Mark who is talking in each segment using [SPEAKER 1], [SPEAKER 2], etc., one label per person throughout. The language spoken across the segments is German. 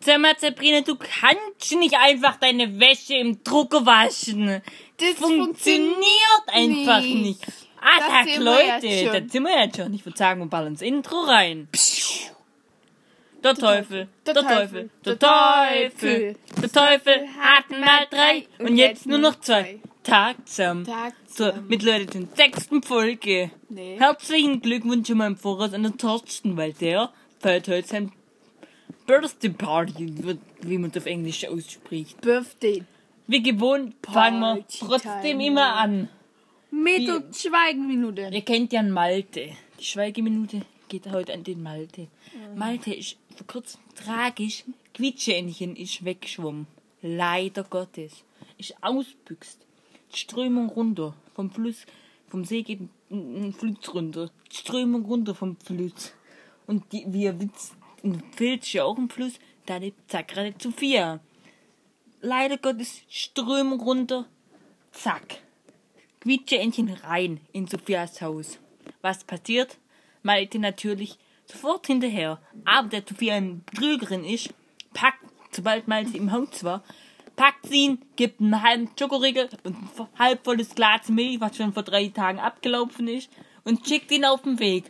[SPEAKER 1] Sag mal, Sabrina, du kannst nicht einfach deine Wäsche im Drucker waschen.
[SPEAKER 2] Das
[SPEAKER 1] Funktioniert einfach nicht. Ah,
[SPEAKER 2] Da
[SPEAKER 1] Tag,
[SPEAKER 2] sind wir jetzt
[SPEAKER 1] Leute,
[SPEAKER 2] schon.
[SPEAKER 1] da sind wir jetzt schon. Ich würde sagen, wir ballern ins Intro rein. Der Teufel, der Teufel, der Teufel, der Teufel hatten mal drei und jetzt nur noch zwei. Tag zusammen.
[SPEAKER 2] Tag
[SPEAKER 1] So,
[SPEAKER 2] zusammen.
[SPEAKER 1] mittlerweile den sechsten Folge.
[SPEAKER 2] Nee.
[SPEAKER 1] Herzlichen Glückwunsch schon mal im Voraus an den Thorsten, weil der feiert heute sein Birthday Party, wie man es auf Englisch ausspricht.
[SPEAKER 2] Birthday.
[SPEAKER 1] Wie gewohnt fangen wir
[SPEAKER 2] Party
[SPEAKER 1] trotzdem
[SPEAKER 2] time.
[SPEAKER 1] immer an.
[SPEAKER 2] Mit Schweigenminute.
[SPEAKER 1] Ihr kennt ja einen Malte. Die Schweigeminute geht heute an den Malte. Malte ist vor kurzem tragisch. Quietscheentchen ist weggeschwommen. Leider Gottes. Ist ausbüchst. Die Strömung runter vom Fluss. Vom See geht ein- ein Fluss runter. Die Strömung runter vom Fluss. Und die, wie ihr wisst, in Filz ist ja auch ein Fluss. Da lebt Sagrada Sophia. Leider Gottes Strömung runter. Zack. Quietscheentchen rein in Sophias Haus. Was passiert? Malte natürlich sofort hinterher. Aber da Sophia ein Betrügerin ist, packt, sobald Malte im Haus war, packt sie ihn, gibt einen halben Schokoriegel und ein vo- halbvolles Glas Milch, was schon vor drei Tagen abgelaufen ist, und schickt ihn auf den Weg.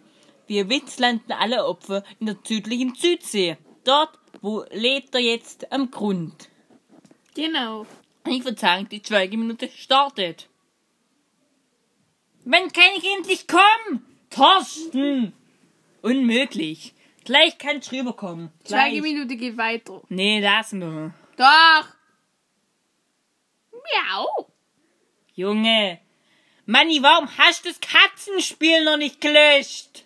[SPEAKER 1] Wie ihr wisst, landen alle Opfer in der südlichen Südsee. Dort, wo lebt er jetzt am Grund.
[SPEAKER 2] Genau.
[SPEAKER 1] Ich würde sagen, die Schweigeminute startet. Wann kann ich endlich kommen? Thorsten! Unmöglich. Gleich kannst du rüberkommen. Gleich.
[SPEAKER 2] Schweigeminute geht weiter.
[SPEAKER 1] Nee, lassen wir.
[SPEAKER 2] Doch. Miau.
[SPEAKER 1] Junge. Manni, warum hast du das Katzenspiel noch nicht gelöscht?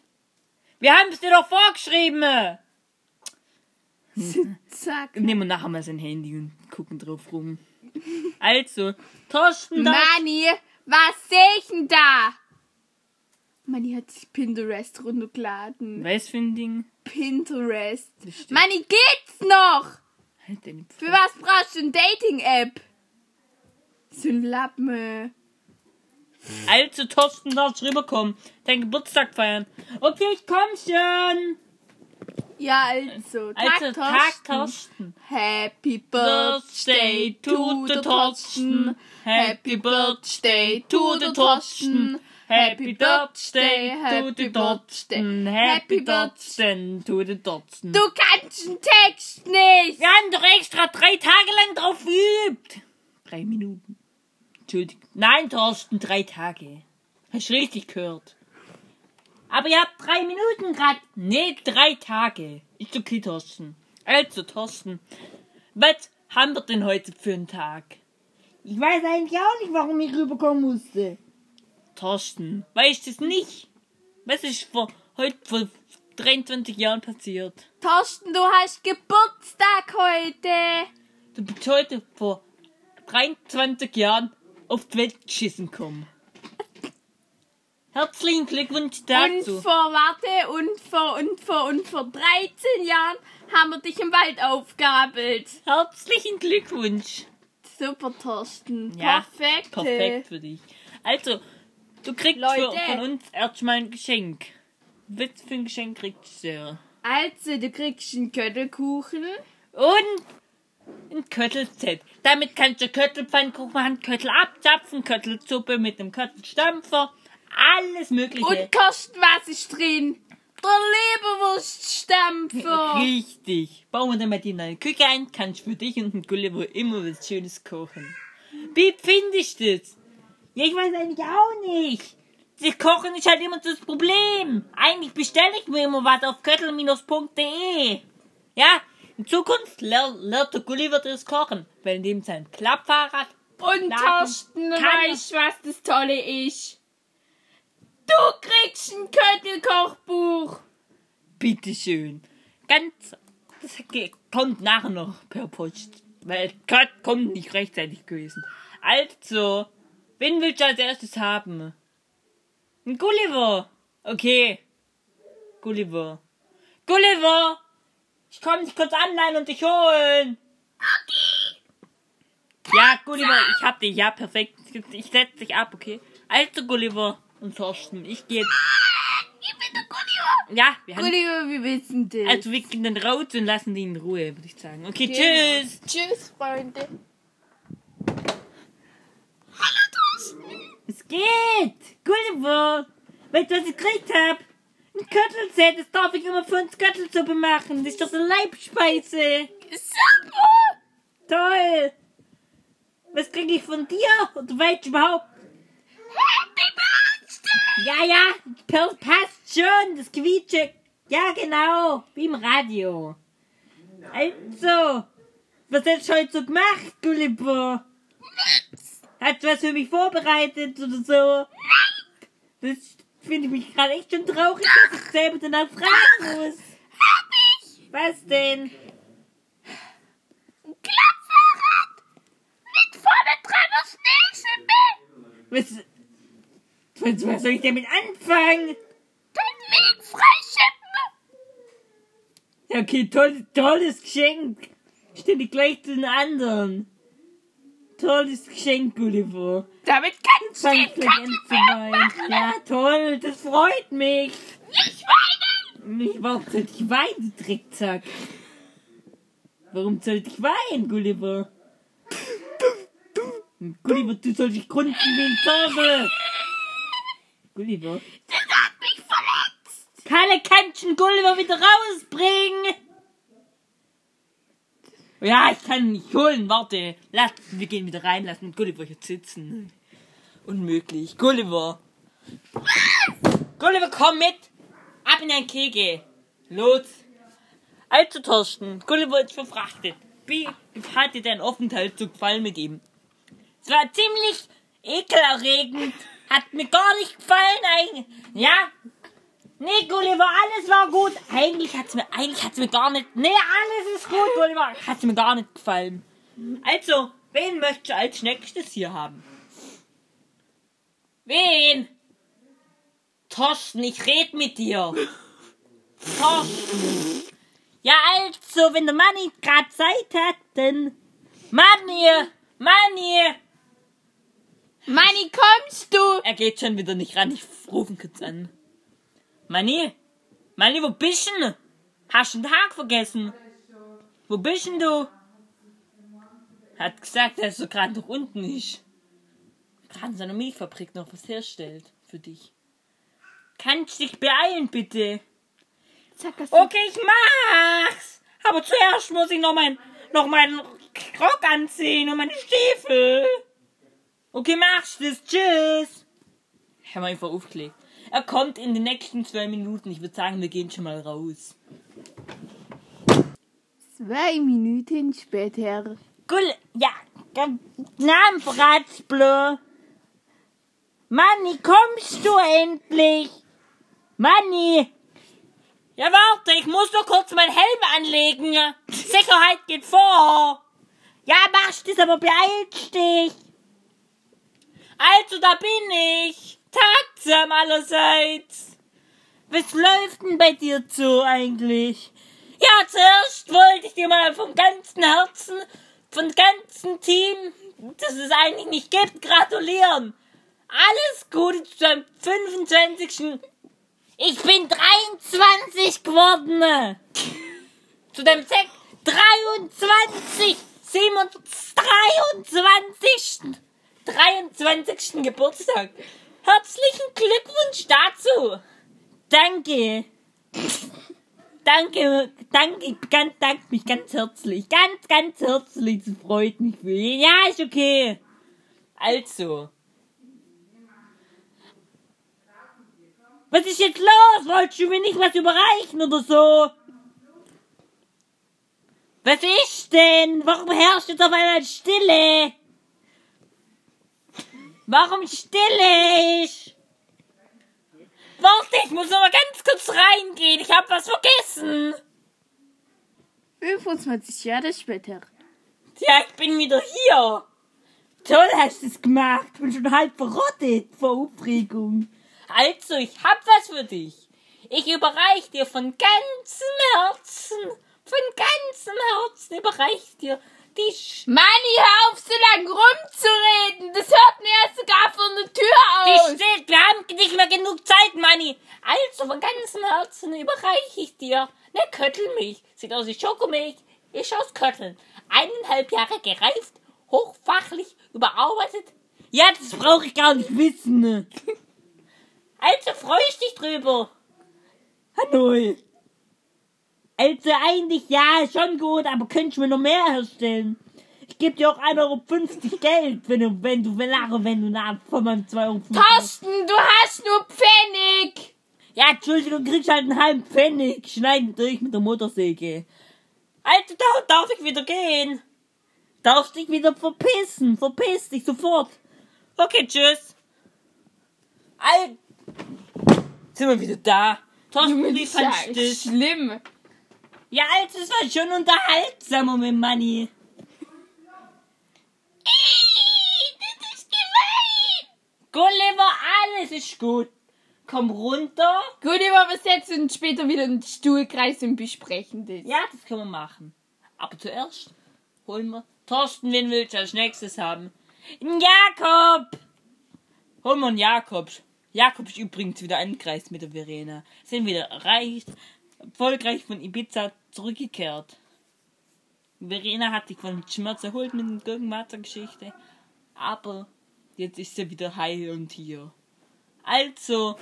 [SPEAKER 1] Wir haben es dir doch vorgeschrieben.
[SPEAKER 2] Zack.
[SPEAKER 1] Nehmen wir nachher mal sein Handy und gucken drauf rum. Also, Thorsten, da
[SPEAKER 2] Manni, was seh ich denn da? Manni hat sich Pinterest runtergeladen.
[SPEAKER 1] Weißt du für ein Ding?
[SPEAKER 2] Pinterest.
[SPEAKER 1] stimmt.
[SPEAKER 2] Manni, geht's noch?
[SPEAKER 1] Halt deine Pf
[SPEAKER 2] Für was brauchst du eine Dating-App? So ein Lappen.
[SPEAKER 1] Also Thorsten darfst rüberkommen, deinen Geburtstag feiern. Okay, ich komm schon.
[SPEAKER 2] Ja, also.
[SPEAKER 1] Also
[SPEAKER 2] Tag,
[SPEAKER 1] Tag
[SPEAKER 2] Thorsten.
[SPEAKER 1] Thorsten.
[SPEAKER 2] Happy Birthday to the Thorsten. Happy Birthday to the Thorsten.
[SPEAKER 1] Happy Birthday to the Thorsten. Happy Birthday to the Thorsten.
[SPEAKER 2] Du kannst den Text nicht.
[SPEAKER 1] Wir haben doch extra drei Tage lang drauf geübt. Drei Minuten. Entschuldigung. Nein, Thorsten, drei Tage. Hast richtig gehört. Aber ihr habt drei Minuten grad. Nee, drei Tage. Ist okay, Thorsten. Also, Thorsten. Was haben wir denn heute für einen Tag?
[SPEAKER 3] Ich weiß eigentlich auch nicht, warum ich rüberkommen musste.
[SPEAKER 1] Thorsten, weißt du es nicht? Was ist vor, heute vor 23 Jahren passiert?
[SPEAKER 2] Thorsten, du hast Geburtstag heute.
[SPEAKER 1] Du bist heute vor 23 Jahren auf die Welt geschissen gekommen. Herzlichen Glückwunsch dazu.
[SPEAKER 2] Und vor, warte, und vor, und vor, und vor 13 Jahren haben wir dich im Wald aufgabelt.
[SPEAKER 1] Herzlichen Glückwunsch.
[SPEAKER 2] Super, Thorsten.
[SPEAKER 1] Ja,
[SPEAKER 2] perfekt.
[SPEAKER 1] Perfekt für dich. Also, du kriegst
[SPEAKER 2] Leute.
[SPEAKER 1] Für, von uns erstmal ein Geschenk. Was für ein Geschenk kriegst du? denn?
[SPEAKER 2] Also, du kriegst einen Köttelkuchen.
[SPEAKER 1] Und ein Köttelset. Damit kannst du Köttelpfannkuchen machen, Köttel abzapfen, Köttelsuppe mit einem Köttelstampfer. Alles Mögliche.
[SPEAKER 2] Und kosten, was ist drin? Der Leberwurststampfer.
[SPEAKER 1] Richtig. Bauen wir dann mal die neue Küche ein, kannst für dich und den Gulliver immer was Schönes kochen. Wie finde ich das? Ja, ich weiß eigentlich auch nicht. Das Kochen ist halt immer das Problem. Eigentlich bestelle ich mir immer was auf köttel-punkt.de. Ja, in Zukunft ler- lernt der Gulliver das Kochen, weil neben seinem Klappfahrrad
[SPEAKER 2] Und Thorsten
[SPEAKER 1] Kann-
[SPEAKER 2] weiß, was das Tolle ist. Du kriegst ein Köttelkochbuch.
[SPEAKER 1] Bitteschön. Ganz. Das ge- kommt nachher noch per Post. Weil Gott kommt nicht rechtzeitig gewesen. Also, wen willst du als erstes haben? Ein Gulliver. Okay. Gulliver. Gulliver! Ich komm dich kurz anleihen und dich holen. Okay. Ja, Gulliver, ich hab dich. Ja, perfekt. Ich setz dich ab, okay? Also, Gulliver und Thorsten, ich geh jetzt
[SPEAKER 2] Ah, Ich bin der Gulliver.
[SPEAKER 1] Ja, wir haben
[SPEAKER 2] Entschuldigung, wir wissen das.
[SPEAKER 1] also wir kriegen den Rot und lassen die in Ruhe, würde ich sagen. Okay,
[SPEAKER 2] Genau.
[SPEAKER 1] tschüss.
[SPEAKER 2] Tschüss, Freunde.
[SPEAKER 1] Es geht. Gulliver. Weißt du, was ich gekriegt hab? Ein Köttelset. Das darf ich immer für uns Köttelsuppe machen. Das ist doch so eine Leibspeise.
[SPEAKER 2] Super!
[SPEAKER 1] Toll. Was krieg ich von dir? Und weißt du überhaupt?
[SPEAKER 2] Happy Birthday!
[SPEAKER 1] Ja, ja. Pel- Passt schon. Das Quietsche. Ja, genau. Wie im Radio. Also. Was hast du heute so gemacht, Gulliver? Hast du was für mich vorbereitet oder so? Das finde ich mich gerade echt schon traurig, dass ich selber danach fragen muss. Was denn?
[SPEAKER 2] Klappfahrrad! Mit vorne dran das Schneeschimmel!
[SPEAKER 1] Was, was, was soll ich damit anfangen?
[SPEAKER 2] Den Weg freischippen!
[SPEAKER 1] Ja, okay, toll, tolles Geschenk. Stell dich gleich zu den anderen. Tolles Geschenk, Gulliver.
[SPEAKER 2] Damit kannst du
[SPEAKER 1] Fang ich
[SPEAKER 2] den
[SPEAKER 1] gleich an zu
[SPEAKER 2] Katzenfilm
[SPEAKER 1] weinen.
[SPEAKER 2] machen!
[SPEAKER 1] Ja, toll, das freut mich.
[SPEAKER 2] Nicht weinen!
[SPEAKER 1] Ich, warum sollte ich weinen, Dreckzack? Warum sollte ich weinen, Gulliver? Gulliver, du sollst dich gründen wie ein Zorbe! Gulliver.
[SPEAKER 2] Das hat mich verletzt!
[SPEAKER 1] Kalle Kantchen Gulliver wieder rausbringen! Ja, ich kann ihn nicht holen, warte. Lass, wir gehen wieder rein, lassen Gulliver jetzt sitzen. Unmöglich. Gulliver! Gulliver, komm mit! Ab in dein Kegel! Los! Also, Thorsten, Gulliver ist verfrachtet. Wie hat dir dein Aufenthalt so gefallen mit ihm? Es war ziemlich ekelerregend. Hat mir gar nicht gefallen eigentlich. Ja, Nee, Gulliver, alles war gut. Eigentlich hat's mir, eigentlich hat's mir gar nicht. Nee, alles ist gut, Gulliver. Hat's mir gar nicht gefallen. Also, wen möchtest du als nächstes hier haben? Wen? Thorsten, ich red mit dir. Thorsten. Ja, also, wenn der Manni grad Zeit hat, dann. Manni! Manni!
[SPEAKER 2] Manni, kommst du?
[SPEAKER 1] Er geht schon wieder nicht ran. Ich rufe ihn kurz an. Manni? Manni, wo bist denn? Hast den Tag vergessen? Wo bist denn du? Hat gesagt, dass du gerade noch unten ist. Gerade in seiner Milchfabrik noch was herstellt für dich. Kannst dich beeilen, bitte.
[SPEAKER 2] Sag das
[SPEAKER 1] Okay, ich mach's. Aber zuerst muss ich noch mein, noch meinen Rock anziehen und meine Stiefel. Okay, mach's das. Tschüss. Ich hab einfach aufgelegt. Er kommt in den nächsten zwei Minuten. Ich würde sagen, wir gehen schon mal raus.
[SPEAKER 2] Zwei Minuten später.
[SPEAKER 1] Gull, ja, Ge- Namen verrat's bloß. Manni, kommst du endlich? Manni! Ja, warte, ich muss nur kurz meinen Helm anlegen. Sicherheit geht vor. Ja, machst es, aber beeilst dich. Also, da bin ich. Tagsam allerseits. Was läuft denn bei dir zu eigentlich? Ja, zuerst wollte ich dir mal vom ganzen Herzen, vom ganzen Team, das es eigentlich nicht gibt, gratulieren. Alles Gute zu deinem 25. Ich bin 23 geworden. Zu deinem Sek 23, 27, 23. 23. Geburtstag. Herzlichen Glückwunsch dazu. Danke. Danke, danke, ganz, danke mich ganz herzlich. Ganz, ganz herzlich. Das freut mich für jeden. Ja, ist okay. Also. Was ist jetzt los? Wolltest du mir nicht was überreichen oder so? Was ist denn? Warum herrscht jetzt auf einmal Stille? Warum Stille ist? Warte, ich muss noch mal ganz kurz reingehen. Ich hab was vergessen.
[SPEAKER 2] 25 Jahre später.
[SPEAKER 1] Ja, ich bin wieder hier. Toll hast du es gemacht. Bin schon halb verrottet vor Aufregung. Also, ich hab was für dich. Ich überreich dir von ganzem Herzen, von ganzem Herzen überreich dir Tisch.
[SPEAKER 2] Manni, hör auf, so lange rumzureden. Das hört mir ja sogar von der Tür aus.
[SPEAKER 1] Tisch steht, wir haben nicht mehr genug Zeit, Manni. Also, von ganzem Herzen überreiche ich dir eine Köttelmilch. Sieht aus wie Schokomilch, ist aus Kötteln. Eineinhalb Jahre gereift, hochfachlich überarbeitet. Ja, das brauche ich gar nicht wissen. Also freust dich drüber. Hanoi. Also eigentlich ja, schon gut, aber könntest du mir noch mehr herstellen? Ich gebe dir auch 1,50 Euro Geld, wenn du, wenn du nachher, wenn du nach von meinem 2,50 Euro.
[SPEAKER 2] Thorsten, du hast nur Pfennig.
[SPEAKER 1] Ja, Entschuldigung, kriegst halt einen halben Pfennig. Schneiden durch mit der Motorsäge. Also da darf ich wieder gehen. Darfst dich wieder verpissen. Verpiss dich sofort. Okay, tschüss. Al Sind wir wieder da? Thorsten, wie
[SPEAKER 2] ist ja
[SPEAKER 1] fandst du das?
[SPEAKER 2] schlimm.
[SPEAKER 1] Ja, also es war schon unterhaltsamer mit Manni.
[SPEAKER 2] Das ist gemein.
[SPEAKER 1] Gulliver, alles ist gut. Komm runter.
[SPEAKER 2] Gut, aber wir setzen uns später wieder in den Stuhlkreis und besprechen das.
[SPEAKER 1] Ja, das können wir machen. Aber zuerst holen wir Thorsten, wen willst du als nächstes haben? Ein Jakob! Holen wir einen Jakob. Jakob ist übrigens wieder angereist mit der Verena. Sind wieder erreicht, erfolgreich von Ibiza zurückgekehrt. Verena hat sich von Schmerz erholt mit der Gurkenwasser-Geschichte. Aber jetzt ist sie wieder heil und hier. Also,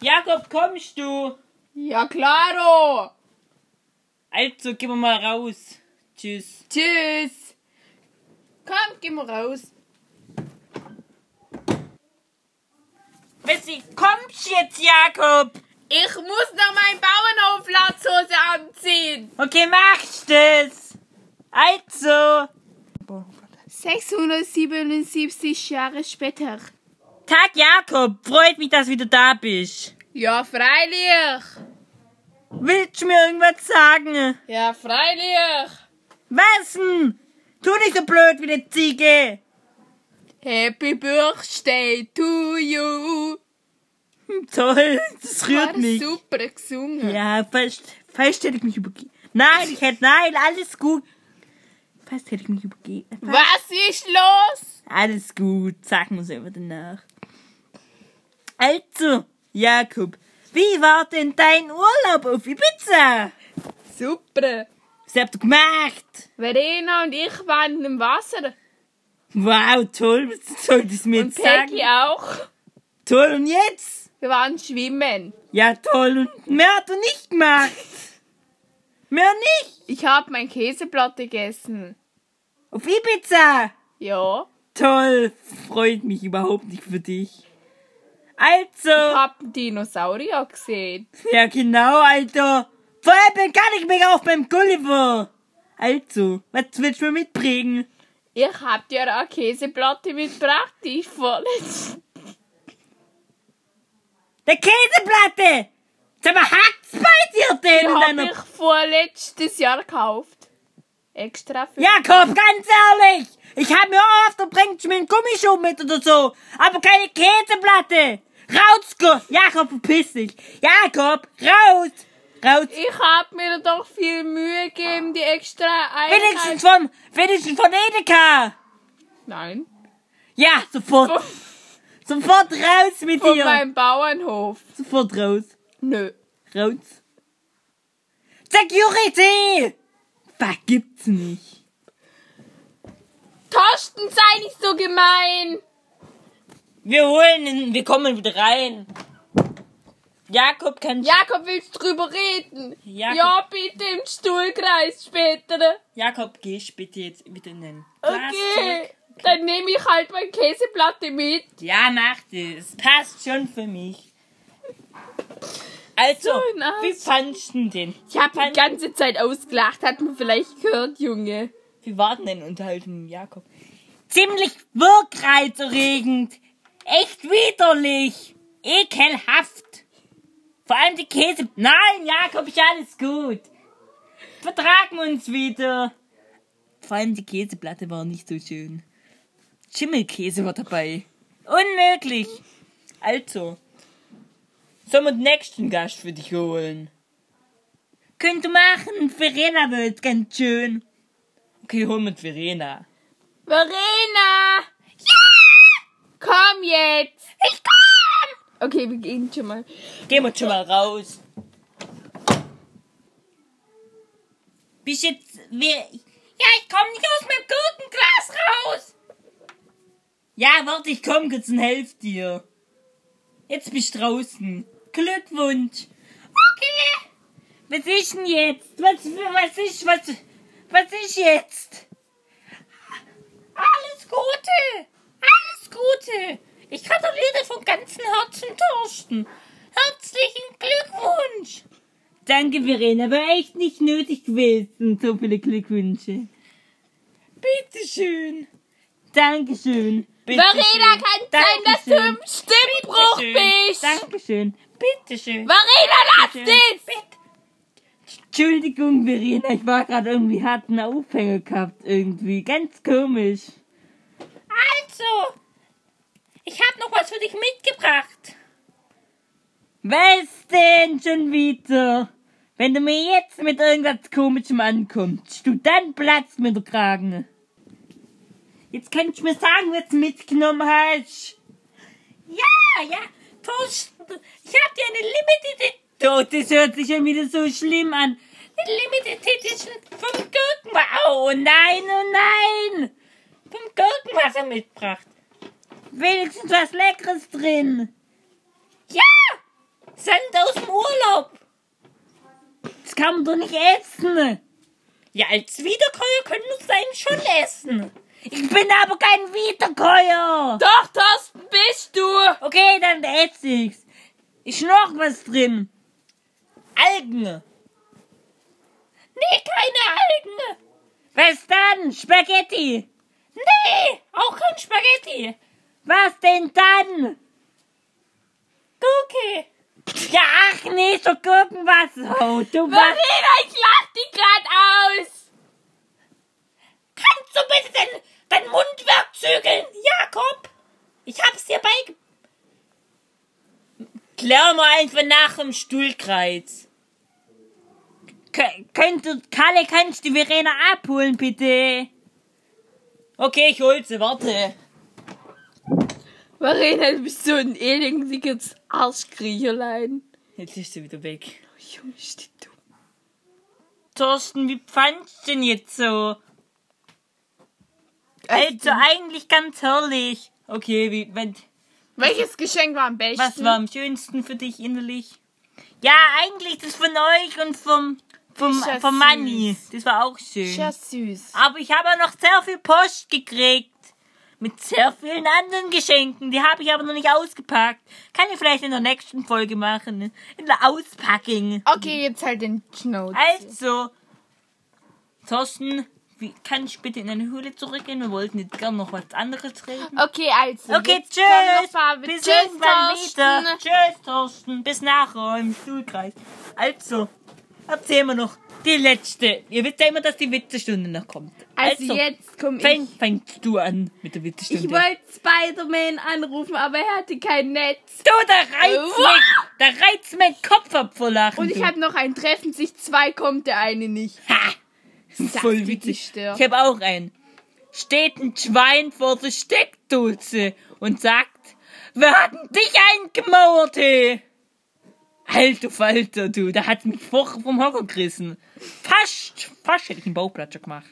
[SPEAKER 1] Jakob, kommst du?
[SPEAKER 2] Ja, klaro.
[SPEAKER 1] Also, gehen wir mal raus. Tschüss.
[SPEAKER 2] Tschüss. Komm, gehen wir raus.
[SPEAKER 1] Missy, kommst jetzt, Jakob?
[SPEAKER 2] Ich muss noch meine Bauernhoflatzhose anziehen.
[SPEAKER 1] Okay, machst es. Also.
[SPEAKER 2] 677 Jahre später.
[SPEAKER 1] Tag, Jakob. Freut mich, dass du wieder da bist.
[SPEAKER 2] Ja, freilich.
[SPEAKER 1] Willst du mir irgendwas sagen?
[SPEAKER 2] Ja, freilich.
[SPEAKER 1] Was denn? Tu nicht so blöd wie eine Ziege.
[SPEAKER 2] Happy Birthday to you.
[SPEAKER 1] Toll, das
[SPEAKER 2] War
[SPEAKER 1] rührt mich.
[SPEAKER 2] super gesungen.
[SPEAKER 1] Ja, fast, fast hätte ich mich übergeben. Nein, ich hätte, nein, alles gut. Fast hätte ich mich übergeben.
[SPEAKER 2] Was ist los?
[SPEAKER 1] Alles gut, sag mir selber danach. Also, Jakob, wie war denn dein Urlaub auf Ibiza?
[SPEAKER 2] Super.
[SPEAKER 1] Was habt ihr gemacht?
[SPEAKER 2] Verena und ich waren im Wasser.
[SPEAKER 1] Wow, toll, was soll das mir
[SPEAKER 2] Und
[SPEAKER 1] jetzt sagen?
[SPEAKER 2] Peggy auch.
[SPEAKER 1] Toll, und jetzt?
[SPEAKER 2] Wir waren schwimmen.
[SPEAKER 1] Ja, toll, und mehr hat er nicht gemacht. mehr nicht.
[SPEAKER 2] Ich habe mein Käseplatte gegessen.
[SPEAKER 1] Auf Ibiza.
[SPEAKER 2] Ja.
[SPEAKER 1] Toll, freut mich überhaupt nicht für dich.
[SPEAKER 2] Ich
[SPEAKER 1] Also,
[SPEAKER 2] habe einen Dinosaurier gesehen.
[SPEAKER 1] ja genau, Alter. Vor allem kann ich mich auch beim Gulliver. Also, was willst du mir mitbringen?
[SPEAKER 2] Ich habe dir auch eine Käseplatte mitgebracht, die ich vorletzt.
[SPEAKER 1] Der Käseplatte! Sag mal, hackt's bei dir
[SPEAKER 2] Die
[SPEAKER 1] denn in
[SPEAKER 2] habe
[SPEAKER 1] deiner...
[SPEAKER 2] ich vorletztes Jahr gekauft. Extra für
[SPEAKER 1] Jakob, ganz ehrlich! Ich hab mir oft, da bringst du mir einen Gummischuh mit oder so, aber keine Käseplatte! Raus, Go- Jakob, verpiss dich! Jakob, raus! Raus!
[SPEAKER 2] Ich habe mir doch viel Mühe gegeben, die extra
[SPEAKER 1] Wenigstens
[SPEAKER 2] Einheit.
[SPEAKER 1] von, wenigstens von Edeka!
[SPEAKER 2] Nein.
[SPEAKER 1] Ja, sofort! Sofort raus mit
[SPEAKER 2] Von
[SPEAKER 1] dir!
[SPEAKER 2] meinem Bauernhof.
[SPEAKER 1] Sofort raus!
[SPEAKER 2] Nö.
[SPEAKER 1] Raus! Security! Fuck, gibt's nicht.
[SPEAKER 2] Thorsten, sei nicht so gemein.
[SPEAKER 1] Wir holen ihn, wir kommen wieder rein. Jakob kann.
[SPEAKER 2] Jakob, willst du drüber reden?
[SPEAKER 1] Jakob-
[SPEAKER 2] Ja, bitte im Stuhlkreis später.
[SPEAKER 1] Jakob, gehst bitte jetzt wieder in den Glas
[SPEAKER 2] Okay.
[SPEAKER 1] zurück.
[SPEAKER 2] Dann nehme ich halt meine Käseplatte mit.
[SPEAKER 1] Ja, mach das. Passt schon für mich. Also,
[SPEAKER 2] So ein Arsch.
[SPEAKER 1] wie fandst du den?
[SPEAKER 2] Ich halt- habe die ganze Zeit ausgelacht, hat man vielleicht gehört, Junge.
[SPEAKER 1] Wie war denn deine Unterhaltung mit Jakob? Ziemlich wirkreizerregend. Echt widerlich. Ekelhaft. Vor allem die Käse. Nein, Jakob, ist alles gut. Vertragen uns wieder. Vor allem die Käseplatte war nicht so schön. Schimmelkäse war dabei. Unmöglich. Also, sollen wir den nächsten Gast für dich holen? Könnt du machen, Verena wird ganz schön. Okay, hol mit Verena.
[SPEAKER 2] Verena! Ja! Komm jetzt! Ich komm! Okay, wir gehen schon mal.
[SPEAKER 1] Gehen wir schon mal raus. Bist jetzt. Wer, ja, ich komm nicht aus meinem Gurkenglas raus! Ja, warte, ich komm kurz und helf dir. Jetzt bist du draußen. Glückwunsch! Okay! Was ist denn jetzt? Was, was ist, was, was ist jetzt? Alles Gute! Alles Gute! Ich gratuliere von ganzem Herzen, Thorsten. Herzlichen Glückwunsch! Danke, Verena, war echt nicht nötig gewesen, so viele Glückwünsche. Bitteschön. Dankeschön.
[SPEAKER 2] Verena, kann es sein, dass du im Stimmbruch bist?
[SPEAKER 1] Dankeschön. Bitteschön.
[SPEAKER 2] Verena, lass es!
[SPEAKER 1] Entschuldigung, Verena, ich war gerade irgendwie hart einen Aufhänger gehabt, irgendwie. Ganz komisch. Also, ich habe noch was für dich mitgebracht. Was denn schon wieder? Wenn du mir jetzt mit irgendwas Komischem ankommst, du dann platzt mir der Kragen. Jetzt könntest du mir sagen, was du mitgenommen hast. Ja, ja, Thorsten, ich hab dir eine Limited Edition. Das hört sich schon wieder so schlimm an. Eine Limited Edition vom Gurkenwasser. Oh nein, oh nein. Vom Gurkenwasser mitgebracht. Wenigstens was Leckeres drin. Ja, Sand aus dem Urlaub. Das kann man doch nicht essen. Ja, als Wiederkäuer können wir es dann schon essen. Ich bin aber kein Wiederkäuer.
[SPEAKER 2] Doch, Thorsten, bist du!
[SPEAKER 1] Okay, dann esse ich's. Ist noch was drin? Algen. Nee, keine Algen. Was dann? Spaghetti. Nee, auch kein Spaghetti. Was denn dann? Gurke. Ja, ach nee, so Gurkenwasser. Oh, du was?
[SPEAKER 2] Verena, ich lach dich gerade aus!
[SPEAKER 1] Kannst du bitte dein, dein Mundwerk zügeln, Jakob? Ich hab's dir beige... Klär mal einfach nach im Stuhlkreis. Könnt du, Kalle, kannst du Verena abholen, bitte? Okay, ich hol sie, warte.
[SPEAKER 2] Verena, du bist so ein elendiges Arschkriecherlein.
[SPEAKER 1] Jetzt ist sie wieder weg.
[SPEAKER 2] Oh, Junge, steht du.
[SPEAKER 1] Thorsten, wie fandst du denn jetzt so? Also, eigentlich ganz herrlich. Okay, wie, wenn,
[SPEAKER 2] Welches Geschenk war am besten?
[SPEAKER 1] Was war am schönsten für dich innerlich? Ja, eigentlich das von euch und vom, vom,
[SPEAKER 2] Ist ja
[SPEAKER 1] vom
[SPEAKER 2] süß.
[SPEAKER 1] Manni. Das war auch schön.
[SPEAKER 2] Ja, süß.
[SPEAKER 1] Aber ich habe auch noch sehr viel Post gekriegt. Mit sehr vielen anderen Geschenken. Die habe ich aber noch nicht ausgepackt. Kann ich vielleicht in der nächsten Folge machen. ne? In der Auspacking.
[SPEAKER 2] Okay, jetzt halt den Schnauze.
[SPEAKER 1] Also, Thorsten, wie, kann ich bitte in deine Höhle zurückgehen? Wir wollten jetzt gern noch was anderes reden.
[SPEAKER 2] Okay, also.
[SPEAKER 1] Okay,
[SPEAKER 2] jetzt
[SPEAKER 1] tschüss.
[SPEAKER 2] kommen noch ein paar Witze.
[SPEAKER 1] Bis
[SPEAKER 2] Tschüss,
[SPEAKER 1] irgendwann wieder.
[SPEAKER 2] Thorsten.
[SPEAKER 1] Tschüss, Thorsten. Bis nachher im Stuhlkreis. Also, erzählen wir noch die letzte. Ihr wisst ja immer, dass die Witzestunde noch kommt.
[SPEAKER 2] Also, jetzt komm
[SPEAKER 1] fäng,
[SPEAKER 2] ich.
[SPEAKER 1] fängst du an mit der Witzestunde.
[SPEAKER 2] Ich wollte Spider-Man anrufen, aber er hatte kein Netz.
[SPEAKER 1] du, da reizt
[SPEAKER 2] Uah.
[SPEAKER 1] mich, da reizt mein Kopf ab vor Lachen.
[SPEAKER 2] Und ich
[SPEAKER 1] du.
[SPEAKER 2] habe noch einen Treffen sich zwei, kommt der eine nicht.
[SPEAKER 1] Ha! Voll
[SPEAKER 2] die
[SPEAKER 1] witzig.
[SPEAKER 2] Gestirn.
[SPEAKER 1] Ich habe auch einen. Steht ein Schwein vor der Steckdose und sagt, wir hatten dich eingemauert, hey. Alter Falter, du, da hat mich Woche vom Hocker gerissen. Fast, fast hätte ich einen Bauplatscher gemacht.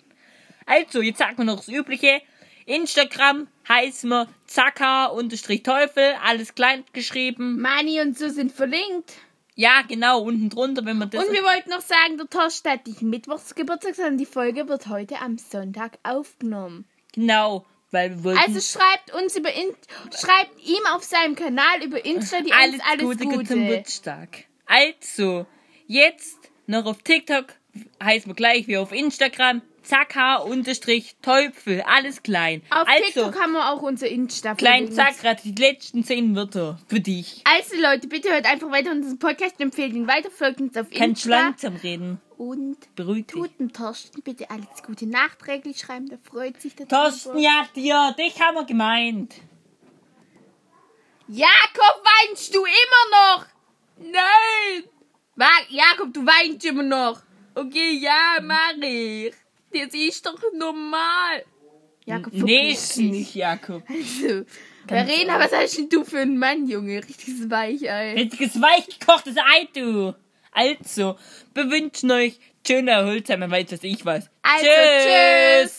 [SPEAKER 1] Also, jetzt sagen wir noch das Übliche. Instagram heißen wir Zaka-Teufel, alles klein geschrieben.
[SPEAKER 2] Mani und so sind verlinkt.
[SPEAKER 1] Ja, genau, unten drunter, wenn man das...
[SPEAKER 2] Und wir wollten noch sagen, der Torsten hat nicht mittwochs Geburtstag, sondern die Folge wird heute am Sonntag aufgenommen.
[SPEAKER 1] genau, weil wir wollten...
[SPEAKER 2] Also schreibt uns über In schreibt ihm auf seinem Kanal über Insta die
[SPEAKER 1] alles,
[SPEAKER 2] uns alles
[SPEAKER 1] Gute,
[SPEAKER 2] Gute.
[SPEAKER 1] zum Geburtstag. Also, jetzt noch auf TikTok, heißt man gleich wie auf Instagram, Zaka-Teufel, alles klein.
[SPEAKER 2] Auf
[SPEAKER 1] also,
[SPEAKER 2] TikTok haben wir auch unser Insta.
[SPEAKER 1] klein
[SPEAKER 2] verlinkt.
[SPEAKER 1] Zack, gerade die letzten zehn Wörter für dich.
[SPEAKER 2] Also Leute, bitte hört einfach weiter unseren Podcast, empfehlt ihn weiter, folgt uns auf
[SPEAKER 1] Kannst
[SPEAKER 2] Insta
[SPEAKER 1] langsam reden,
[SPEAKER 2] und
[SPEAKER 1] beruhig dich.
[SPEAKER 2] tut dem Torsten bitte alles Gute nachträglich schreiben, der freut sich darüber.
[SPEAKER 1] Thorsten, ja, dir, dich haben wir gemeint.
[SPEAKER 2] Jakob, weinst du immer noch? Nein! Ma Jakob, du weinst immer noch. Okay, ja, mach ich. Das ist doch normal. Jakob,
[SPEAKER 1] Nee,
[SPEAKER 2] verpiss
[SPEAKER 1] ist
[SPEAKER 2] dich.
[SPEAKER 1] nicht, Jakob.
[SPEAKER 2] Also, Verena, was hast denn du für einen Mann, Junge? Richtiges Weichei.
[SPEAKER 1] Richtiges weichgekochtes Ei, du. Also, bewünschen euch schöne Erholzeit, man weiß, was ich weiß.
[SPEAKER 2] Also, tschüss.